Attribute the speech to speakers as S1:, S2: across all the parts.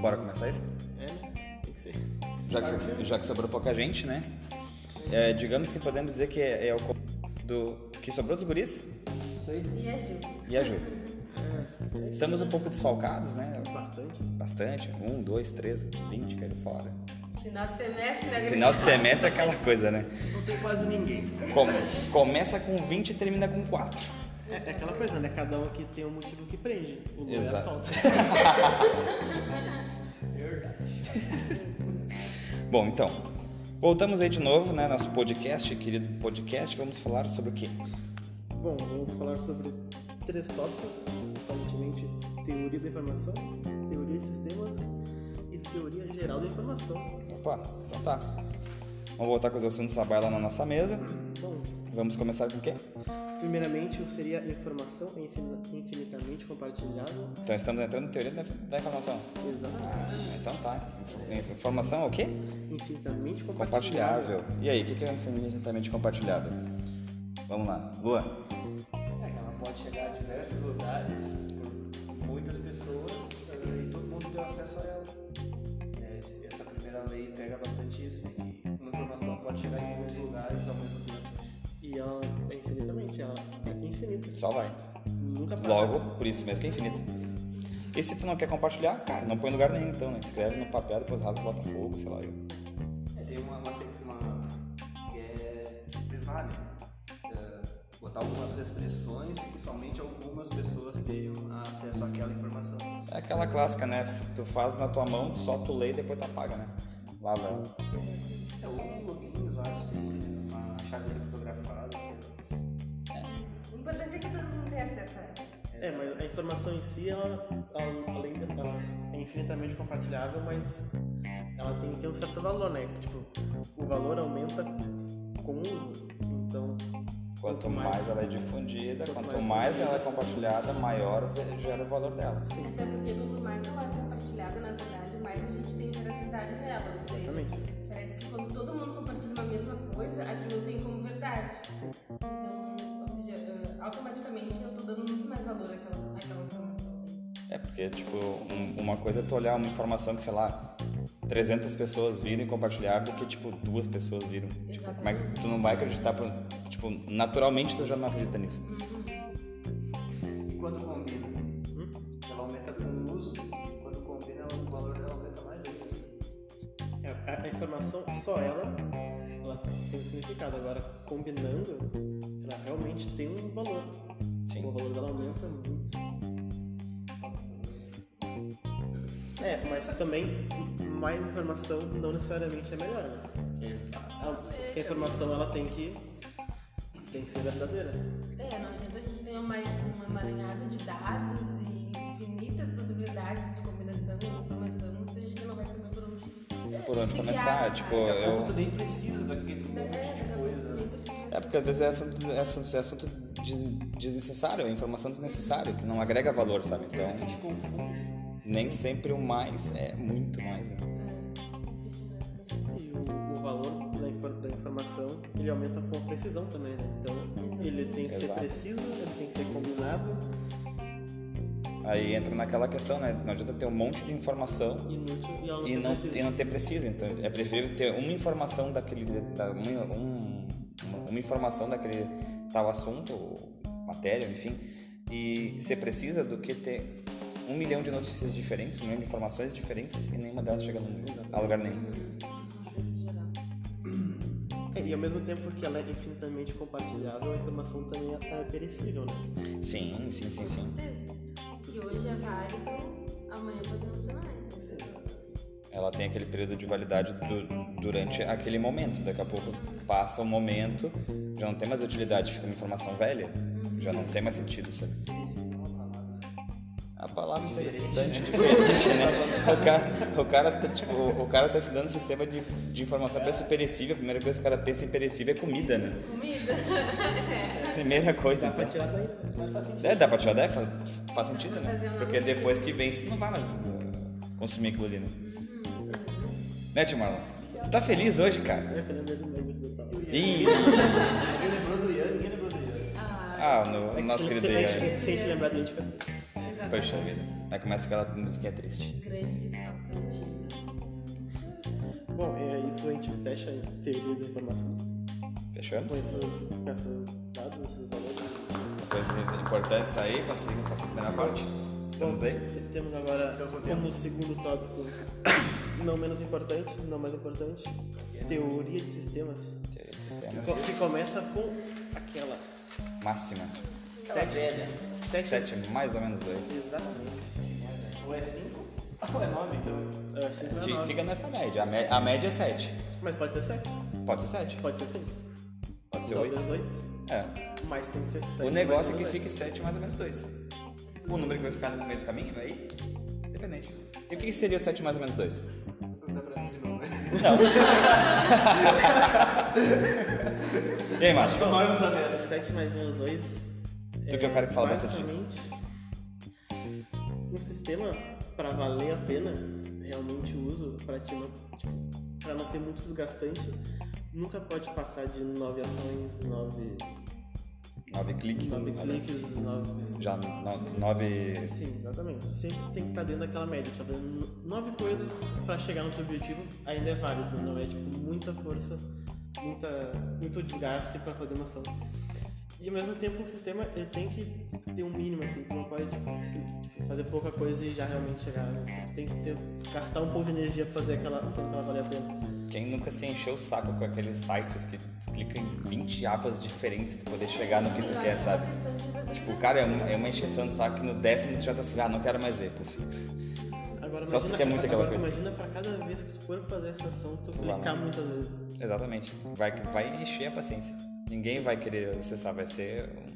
S1: Bora começar isso?
S2: É, né? Tem que ser.
S1: Já que, so- já que sobrou pouca gente, né? É, digamos que podemos dizer que é, é o co- do que sobrou dos guris
S2: Isso aí.
S3: E a Ju.
S1: e a Ju. Estamos um pouco desfalcados, né?
S2: Bastante.
S1: Bastante. Um, dois, três, vinte caiu fora.
S3: Final de semestre, né?
S1: Final de semestre é aquela coisa, né?
S2: Não tem quase ninguém.
S1: Come- começa com 20 e termina com 4.
S2: É, é aquela coisa, né? Cada um aqui tem um motivo que prende. O Lu é
S1: Exato.
S2: asfalto. Verdade.
S1: Bom, então, voltamos aí de novo, né? Nosso podcast, querido podcast. Vamos falar sobre o quê?
S2: Bom, vamos falar sobre três tópicos. Aparentemente, teoria da informação, teoria de sistemas e teoria geral da informação.
S1: Opa, então tá. Vamos voltar com os assuntos da baila na nossa mesa.
S2: Bom,
S1: Vamos começar com o quê?
S2: primeiramente, o seria a informação é infin- infinitamente compartilhável.
S1: Então, estamos entrando na teoria da da informação.
S2: Exatamente.
S1: Ah, então tá. Inf- Informação é o quê?
S2: Infinitamente compartilhável.
S1: Compartilhável. E aí, o que que é infinitamente compartilhável? Vamos lá. Luan,
S4: É, que ela pode chegar a diversos lugares, por muitas pessoas, eh, e todo mundo tem acesso a ela. É, esse- Essa primeira lei pega bastante isso, né, que uma informação pode chegar em muitos lugares ao mesmo tempo.
S2: E ela é infinitamente, ela é infinita.
S1: só vai.
S2: Nunca para.
S1: Logo, por isso mesmo que é infinito. E se tu não quer compartilhar, cara, não põe em lugar nenhum então, né? Escreve no papel, depois rasga e bota fogo, sei lá. Eu.
S4: É, tem uma, uma, sec- uma que é de primária, eh, botar algumas restrições que somente algumas pessoas tenham acesso àquela informação.
S1: É aquela clássica, né? Tu faz na tua mão, só tu lê e depois tu apaga, né? Lava ela.
S4: É um login, eu acho, assim, uma chave criptografada. que é-
S3: O importante é que todo mundo tenha acesso a ela.
S2: É, mas a informação em si, ela, ela- além de, ela é infinitamente compartilhável, mas ela tem que ter um certo valor, né? Tipo, o valor aumenta com o uso. Então,
S1: Quanto mais ela é difundida,
S2: quanto
S1: quanto mais
S2: mais
S1: ela é compartilhada, maior gera o valor dela.
S2: Sim,
S3: Até porque quanto mais ela é compartilhada, na verdade, mais a gente tem veracidade dela. Ou seja,
S2: Exatamente.
S3: parece que quando todo mundo compartilha uma mesma coisa, aquilo tem como verdade.
S2: sim.
S3: Então, ou seja, eh, automaticamente eu tô dando muito mais valor àquela, àquela informação.
S1: É porque, tipo, um- uma coisa é tu olhar uma informação que, sei lá, 300 pessoas viram e compartilharam do que, tipo, duas pessoas viram. Tipo, como é que tu não vai acreditar? Por, tipo, naturalmente tu já não acredita nisso.
S4: E quando combina? Ela aumenta com o uso, e quando combina, ela- o valor dela aumenta mais ainda.
S2: É, A, a informação, só ela, ela tem um significado. Agora, combinando, ela realmente tem um valor.
S1: Sim.
S2: O valor dela aumenta muito. É, mas também, mais informação não necessariamente é melhor, né? Ela- Porque a informação, ela tem que, tem que ser verdadeira.
S3: É, não adianta a gente ter uma, um emaranhado de dados e infinitas possibilidades de combinação de informação, se a gente não vai saber por onde.
S1: Por onde
S3: se
S1: começar,
S3: guiar,
S1: tipo,
S3: né?
S1: eu...
S4: Tu nem precisa daquele
S3: É,
S4: monte de
S3: daqui a pouco tu nem
S4: coisa.
S3: precisa.
S1: É porque às vezes é assunto, é assunto, é assunto des- desnecessário, é informação desnecessária, que não agrega valor, sabe?
S4: Coisa
S1: Então,
S4: que te confunde.
S1: nem sempre o mais é muito mais, né?
S2: E o, o valor da, infor- da informação, ele aumenta com a precisão também, né? Então, ele tem que ser
S1: Exato.
S2: preciso, ele tem que ser combinado
S1: Aí entra naquela questão, né? Não adianta ter um monte de informação
S2: inútil e ela
S1: e não,
S2: precisa.
S1: e não ter precisa. Então, é preferível ter uma informação daquele. Da, uma, um- uma, uma informação daquele tal assunto, ou matéria, enfim, e ser precisa do que ter um milhão de notícias diferentes, um milhão de informações diferentes e nenhuma delas chega a lugar nenhum.
S2: É, E ao mesmo tempo que ela é infinitamente compartilhável, a informação também é é perecível, né?
S1: Sim, sim, sim, sim.
S3: E hoje é válido, amanhã pode não ser mais. né?
S1: Ela tem aquele período de validade du- durante aquele momento. Daqui a pouco passa o momento, já não tem mais utilidade, fica uma informação velha. Já não tem mais sentido, sabe? A palavra interessante, diferente, né? O cara, o cara, tá, tipo, o cara tá estudando sistema de, de informação para ser perecível. A primeira coisa que o cara pensa em perecível é comida, né?
S3: Comida?
S1: Primeira coisa.
S2: Dá pra
S1: Então.
S2: tirar daí, né? mas faz sentido.
S1: É, dá pra tirar daí? Faz, faz sentido,
S3: Fazer
S1: né?
S3: uma
S1: Porque
S3: analogia.
S1: depois que vem, você não vai mais uh, consumir aquilo ali, né? Né, Tio Marlon? Tu tá feliz hoje, cara?
S2: É, que eu lembrei do meme do tal.
S1: Ih,
S4: Ninguém lembrou do Ian, ninguém lembrou do Ian.
S3: Ah,
S1: Ah, no, no nosso
S2: se,
S1: querido
S2: se, a
S1: Ian.
S2: gente- se a gente lembrar dele, a gente fica
S1: Poxa
S3: Exatamente.
S1: vida. Aí começa aquela musiquinha triste.
S3: Grande desfalcante.
S2: Bom, é isso, a gente fecha a teoria da informação
S1: Fechamos?
S2: com esses, com esses dados, esses valores.
S1: Coisas importantes aí, conseguimos passar a primeira parte. Estamos Então, aí?
S2: Bom, Temos agora como segundo tópico, não menos importante, não mais importante, teoria de sistemas,
S1: Teoria de sistemas.
S2: co- que começa com aquela
S1: Máxima.
S4: Aquela velha.
S2: sete...
S1: Sete, mais ou menos dois.
S2: Exatamente.
S4: Ou é 5 ou é 9, então.
S2: É, seis pra
S1: Fi-
S2: nove.
S1: Fica nessa média. A, mé- a média é sete.
S2: Mas pode ser sete,
S1: Pode ser sete.
S2: pode ser seis,
S1: Pode ser oito.
S2: talvez oito,
S1: É.
S2: mas tem que ser sete.
S1: O negócio é que
S2: mais ou
S1: fique
S2: menos.
S1: sete mais ou menos dois. O número que vai ficar nesse meio do caminho, aí, dependente. E o que que seria o sete mais ou menos dois?
S4: Dá pra mim de novo, né?
S1: Não. e aí, Márcio?
S4: Nós nos avessa.
S2: Sete mais menos dois...
S1: Tu que é o cara que fala bastante
S2: basicamente, um sistema para valer a pena realmente o uso para não, tipo, pra não ser muito desgastante nunca pode passar de nove ações nove,
S1: Nove cliques.
S2: nove
S1: nove-
S2: cliques nove
S1: Já no- nove.
S2: sim exatamente sempre tem que estar dentro daquela média tipo, nove coisas para chegar no teu objetivo ainda é válido não é tipo muita força muita muito desgaste para fazer uma ação E ao mesmo tempo o sistema ele tem que ter um mínimo, assim, tu não pode tipo, fazer pouca coisa e já realmente chegar. né? Tu tem que ter, gastar um pouco de energia pra fazer aquela ação pra ela valer a pena.
S1: Quem nunca se encheu o saco com aqueles sites que tu clica em 20 abas diferentes pra poder chegar no que tu quer,
S3: é
S1: sabe? Tipo, cara, é uma, é uma encheção de saco que no décimo tu já tá assim, ah, não quero mais ver, puf.
S2: Agora,
S1: Só se tu
S2: imagina-
S1: quer muito aquela
S2: agora, tu
S1: coisa.
S2: Imagina pra cada vez que tu for fazer essa ação, tu
S1: vai lá. né?
S2: clicar muitas vezes.
S1: Exatamente. Vai, vai encher a paciência. Ninguém vai querer acessar, vai ser. um-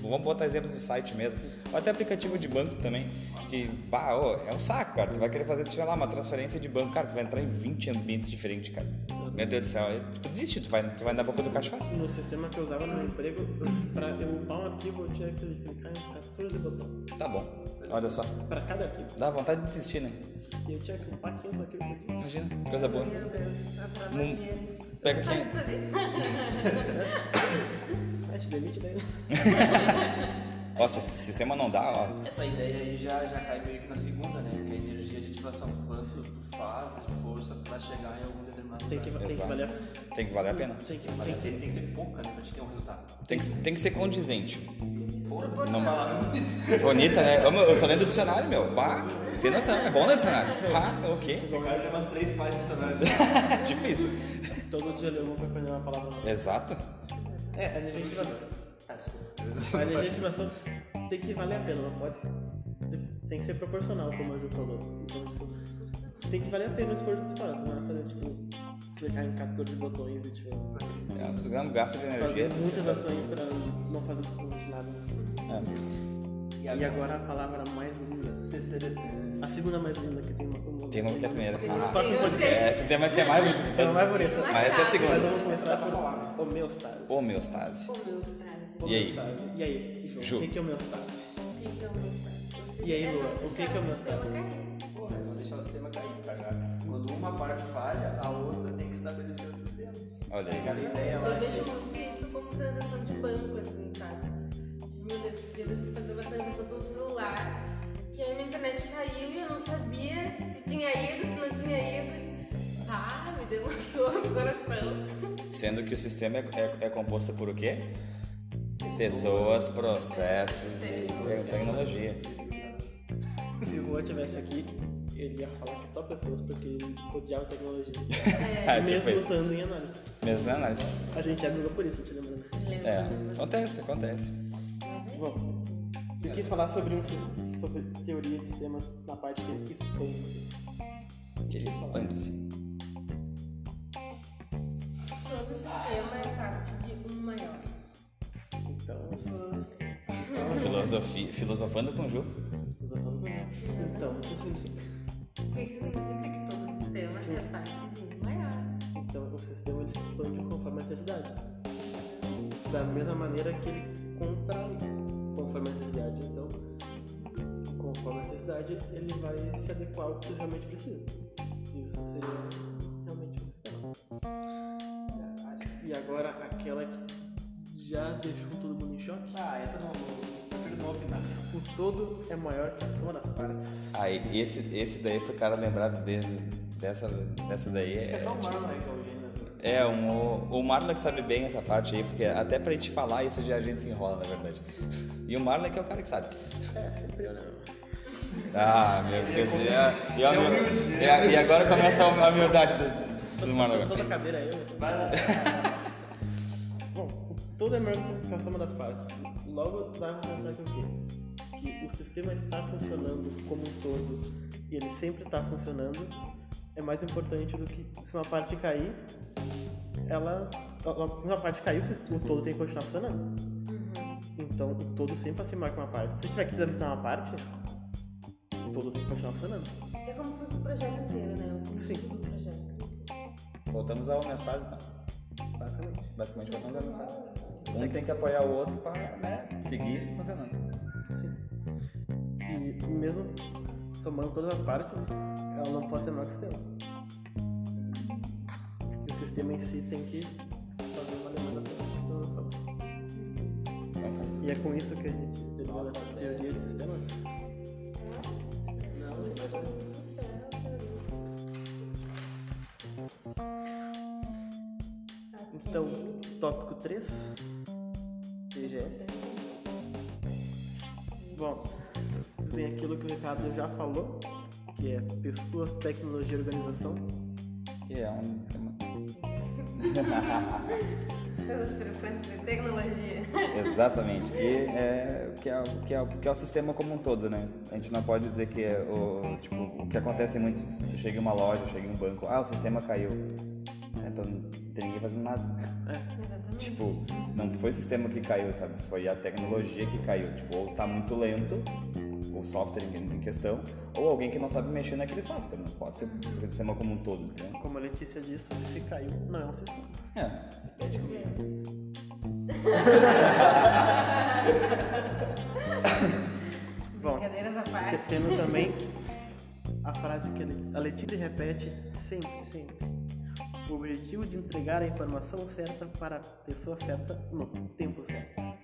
S1: Vamos botar exemplo de site mesmo. Ou até aplicativo de banco também. Que, bah, ô, é um saco, cara. Tu vai querer fazer, sei lá, uma transferência de banco, cara. Tu vai entrar em 20 ambientes diferentes, cara. Meu Deus do céu. é- Tipo, desiste, tu vai, tu vai na boca do caixa fácil.
S2: No sistema que eu usava no meu emprego, pra eu upar um arquivo, eu tinha que clicar nos 14 botões.
S1: Tá bom. Olha só.
S2: Pra cada arquivo.
S1: Dá vontade de desistir, né?
S2: E eu tinha que upar 500 arquivos por dia.
S1: Imagina, coisa boa.
S3: Meu Deus, a prova
S1: Hum.
S3: dele.
S1: Pega
S3: Sabe
S1: aqui.
S3: fazer?
S2: Ah, te demite daí.
S1: Ó, sis- sistema não dá, ó.
S4: Essa ideia aí já, já cai meio que na segunda, né? Que é a energia de ativação. Quanto tu faz de força pra chegar em algum determinado
S2: Tem que, tem
S4: lugar.
S2: que
S1: Exato.
S2: valer a
S1: Tem que valer a pena.
S2: tem que, tem
S4: Mas tem,
S2: que,
S4: tem que ser pouca, né? Pra gente ter um resultado.
S1: Tem que, tem que ser condizente.
S4: Porra, é
S3: Proporcional.
S1: Bonita, né? Ô, meu, Eu tô lendo o dicionário, meu. Bah, tem noção. É bom ler dicionário. Bah, o quê?
S4: O cara tem umas três páginas de dicionário.
S1: tipo isso.
S2: todo dia eu vou aprender uma palavra nova.
S1: Exato.
S2: É, a energia de vazão.
S4: Ah, desculpa.
S2: A energia de estimação tem que valer a pena, não pode ser. Tem que ser proporcional, como a Ju falou. Então, tipo, tem que valer a pena o esforço que tu faz. Não é fazer, tipo, clicar em 14 botões e, tipo,
S1: É um gasto de energia.
S2: fazer
S1: é
S2: muitas
S1: desnecessário.
S2: ações pra não fazer absolutamente nada.
S1: É,
S4: E
S2: E
S4: agora?
S2: agora a palavra mais linda. A segunda mais linda que tem uma. uma
S1: É. Tem uma que é a primeira. Ah,
S2: Próximo podcast.
S1: é, esse tema aqui é mais bonito de
S2: É a mais
S1: todos.
S2: bonita.
S1: Mas essa é a
S2: Mas
S1: segunda.
S2: vamos começar por homeostase.
S1: Ô, meu Stasi.
S3: O meu estase.
S1: E aí?
S2: Homeostase. E aí, Ju,
S1: Ju.
S2: o que que é homeostase?
S3: O que que é o meu estase?
S2: E aí,
S3: É não
S2: Lua, o que
S3: deixar
S2: que é o meu
S3: sistema
S2: estase?
S3: cair.
S4: Porra, eu vou deixar o sistema cair, tá ligado? Quando uma parte falha, a outra tem que estabelecer o sistema.
S1: Olha aí.
S4: Aquela ideia lá.
S3: Eu vejo muito isso como transação de banco, assim, sabe? Tipo, meu Deus, esses dias eu fui fazer uma transação pelo celular e aí minha internet caiu e eu não sabia se tinha ido, se não tinha ido. Ah, me deu uma dor no coração.
S1: Sendo que o sistema é, é- é composto por o quê? Pessoas, processos e te- tecnologia.
S2: Se o Juan tivesse aqui, ele ia falar que é só pessoas, porque ele odiava tecnologia.
S1: Ah, tipo
S2: É, mesmo
S1: isso.
S2: estando em análise.
S1: Mesmo na análise.
S2: A gente é amigo por isso, te lembrando.
S3: Lembra?
S1: É, acontece, acontece.
S3: Mas é
S2: Bom.
S3: isso, assim.
S2: Eu queria falar sobre, um, sis- sobre teoria de sistemas na parte é de expande-se.
S1: Que expande-se.
S3: Todo sistema é parte de um maior.
S2: Então,
S1: Filosofia, filosofando com o Ju.
S2: usa todo mundo. Então, o que significa?
S3: O que que significa que todo sistema é parte de um maior?
S2: Então, o sistema ele se expande conforme a necessidade. Da mesma maneira que ele contrai conforme a necessidade. Então, conforme a necessidade, ele vai se adequar ao que tu realmente precisa. Isso seria realmente um sistema. E agora, aquela que já deixou todo mundo em choque.
S4: Ah, essa não, não prefiro não opinar.
S2: O todo é maior que a soma das partes.
S1: Aí, esse, esse daí é pro cara lembrar dele, dessa, dessa daí é.
S4: É só o Marlon aí que é o gênio.
S1: É, um, o Marlon que sabe bem essa parte aí, porque até pra gente falar isso já a gente se enrola, na verdade. E o Marlon que é o cara que sabe.
S2: É, sempre eu, né? mano?
S1: Ah, meu Deus. E, a- e, a- e a- e agora começa a humildade do, do Marlon.
S2: Toda- Toda cadeira é eu.
S4: Vai lá.
S2: Bom, o todo é maior que a soma das partes. Logo dá pra pensar com o quê? Que o sistema está funcionando como um todo e ele sempre está funcionando é mais importante do que se uma parte cair, ela. ela- Uma parte cair, o todo tem que continuar funcionando. Então o todo sempre vai ser maior que uma parte. Se tiver que desabilitar uma parte, o todo tem que continuar funcionando.
S3: É como se fosse um projeto inteiro, né? Um
S2: Sim.
S3: tudo projeto.
S1: Voltamos ao homeostase, então.
S2: Basicamente.
S1: Basicamente voltamos ao homeostase. Um tem que apoiar o outro pra né, seguir funcionando.
S2: Sim. E mesmo somando todas as partes, ela não pode ser maior que o sistema. E o sistema em si tem que fazer uma demanda pela transação.
S1: Então tá.
S2: E é com isso que a gente termina a teoria de sistemas. Então, tópico 3, TGS. Bom, vem aquilo que o Ricardo já falou, que é pessoas, tecnologia e organização.
S1: Que é um. é uma-
S3: Outro processo, tecnologia.
S1: Exatamente. E é, que, é, o- que, é, o- que é o sistema como um todo, né? A gente não pode dizer que é o. Tipo, o que acontece muito, tu chega em uma loja, chega em um banco, ah, o sistema caiu. É, tô, tem ninguém fazendo nada.
S3: Exatamente.
S1: Tipo, não foi o sistema que caiu, sabe? Foi a tecnologia que caiu. Tipo, ou tá muito lento, o software em em questão, ou alguém que não sabe mexer naquele software. Não pode ser o sistema como um todo, entendeu?
S2: Como a Letícia disse, se caiu, não é um sistema.
S1: É.
S2: Bom,
S3: Brincadeiras à parte.
S2: Dependendo também a frase que a Le- a Letícia repete sempre, sempre. O objetivo de entregar a informação certa para a pessoa certa no tempo certo.
S3: É,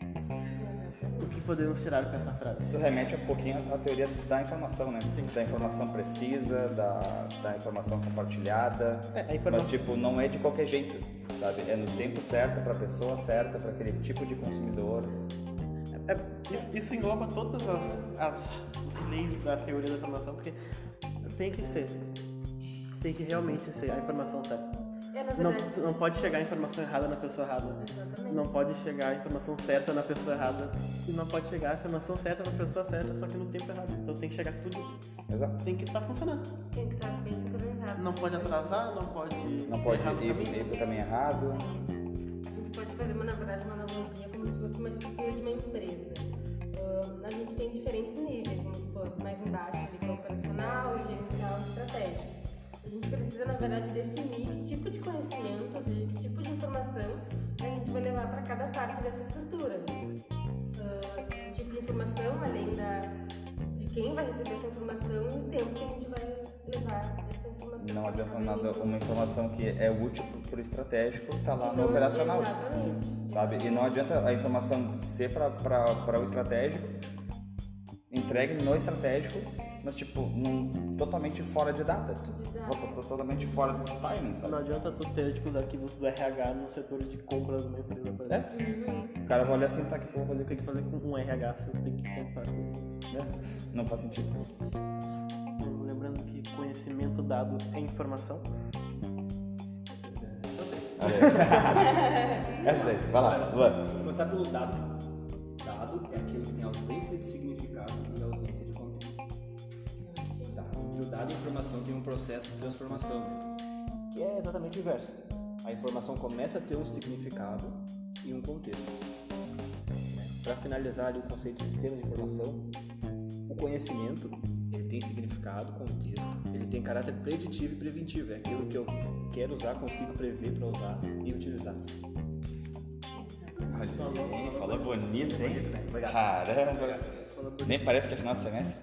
S2: O que podemos tirar com essa frase?
S1: Isso remete um pouquinho à teoria da informação, né? Sim. Da informação precisa, da, da informação compartilhada.
S2: É, a informação-
S1: Mas, tipo, não é de qualquer jeito, sabe? É no tempo certo, pra pessoa certa, pra aquele tipo de consumidor.
S2: É, isso, isso engloba todas as, as leis da teoria da informação, porque tem que ser. Tem que realmente ser a informação certa.
S3: É, na
S2: Não,
S3: verdade.
S2: tu não pode chegar a informação errada na pessoa errada.
S3: Exatamente.
S2: Não pode chegar a informação certa na pessoa errada. E não pode chegar a informação certa na pessoa certa, só que no tempo errado. Então tem que chegar tudo,
S1: Exato.
S2: tem que estar funcionando.
S3: Tem que estar bem tá sincronizado.
S2: Não pode atrasar, não pode.
S1: Não pode
S2: errar no
S1: ir,
S2: caminho.
S1: ir pro caminho errado.
S3: A gente pode fazer, uma, na verdade, uma analogia como se fosse uma estrutura de uma empresa. Ah, a gente tem diferentes níveis, vamos supor, mais embaixo, ali, que é operacional, gerencial e estratégico. A gente precisa, na verdade, definir que tipo de conhecimento, ou seja, que tipo de informação a gente vai levar para cada parte dessa estrutura. Ah, o tipo de informação, além da, de quem vai receber essa informação e o tempo que a gente vai levar essa informação.
S1: Não
S3: pra
S1: adianta
S3: cada
S1: nada
S3: nível.
S1: uma informação que é útil pro, pro estratégico tá lá no
S3: Não,
S1: operacional.
S3: Exatamente.
S1: Sabe? E não adianta a informação ser pra- pra pra o estratégico, entregue no estratégico, mas tipo, num- totalmente fora de data. Tu- to- to- Totalmente fora de timing,
S2: Não
S1: sabe?
S2: adianta tu ter tipo, os arquivos do RH no setor de compras de uma empresa, por exemplo.
S1: É? O cara vai olhar assim, tá, o que que eu vou fazer com
S2: Tem que
S1: isso?
S2: fazer com um RH se eu tenho que comprar coisas.
S1: É, Não faz sentido.
S2: assim? Lembrando que conhecimento dado é informação.
S4: Então, assim,
S1: Olha aí. Essa aí, É vai lá, Luan.
S4: Começar pelo dado. Dado é aquilo que tem ausência de significado e ausência de contexto. Dado. Entre o dado e a informação tem um processo de transformação, que é exatamente o inverso. A informação começa a ter um significado e um contexto. Para finalizar ali o conceito de sistema de informação, o conhecimento ele tem significado, contexto, ele tem caráter preditivo e preventivo. É aquilo que eu quero usar, consigo prever para usar e utilizar.
S1: Olha aí, fala bonito, né? hein?
S4: Obrigado.
S1: Caramba. Nem parece que é final de semestre.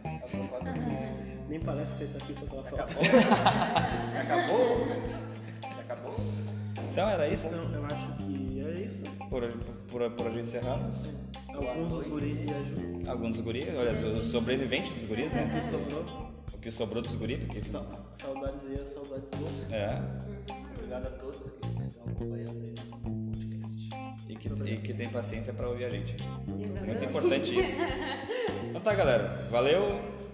S2: Nem parece que tá aqui só pela foto.
S4: Acabou? Acabou?
S1: Então era isso.
S2: Então, eu acho que é isso.
S1: por, por, por hoje encerramos.
S2: Alguns dos guris viajam.
S1: Alguns dos guris, olha, os sobreviventes dos guris,
S2: O que
S1: né?
S2: sobrou?
S1: O que sobrou dos guris, porque...
S2: Sa saudades eu, saudades loucas.
S1: É,
S4: Obrigado a todos que estão acompanhando esse podcast.
S1: e que, e que tem paciência pra ouvir a gente.
S3: Exatamente.
S1: Muito importante isso. Então tá, galera. Valeu!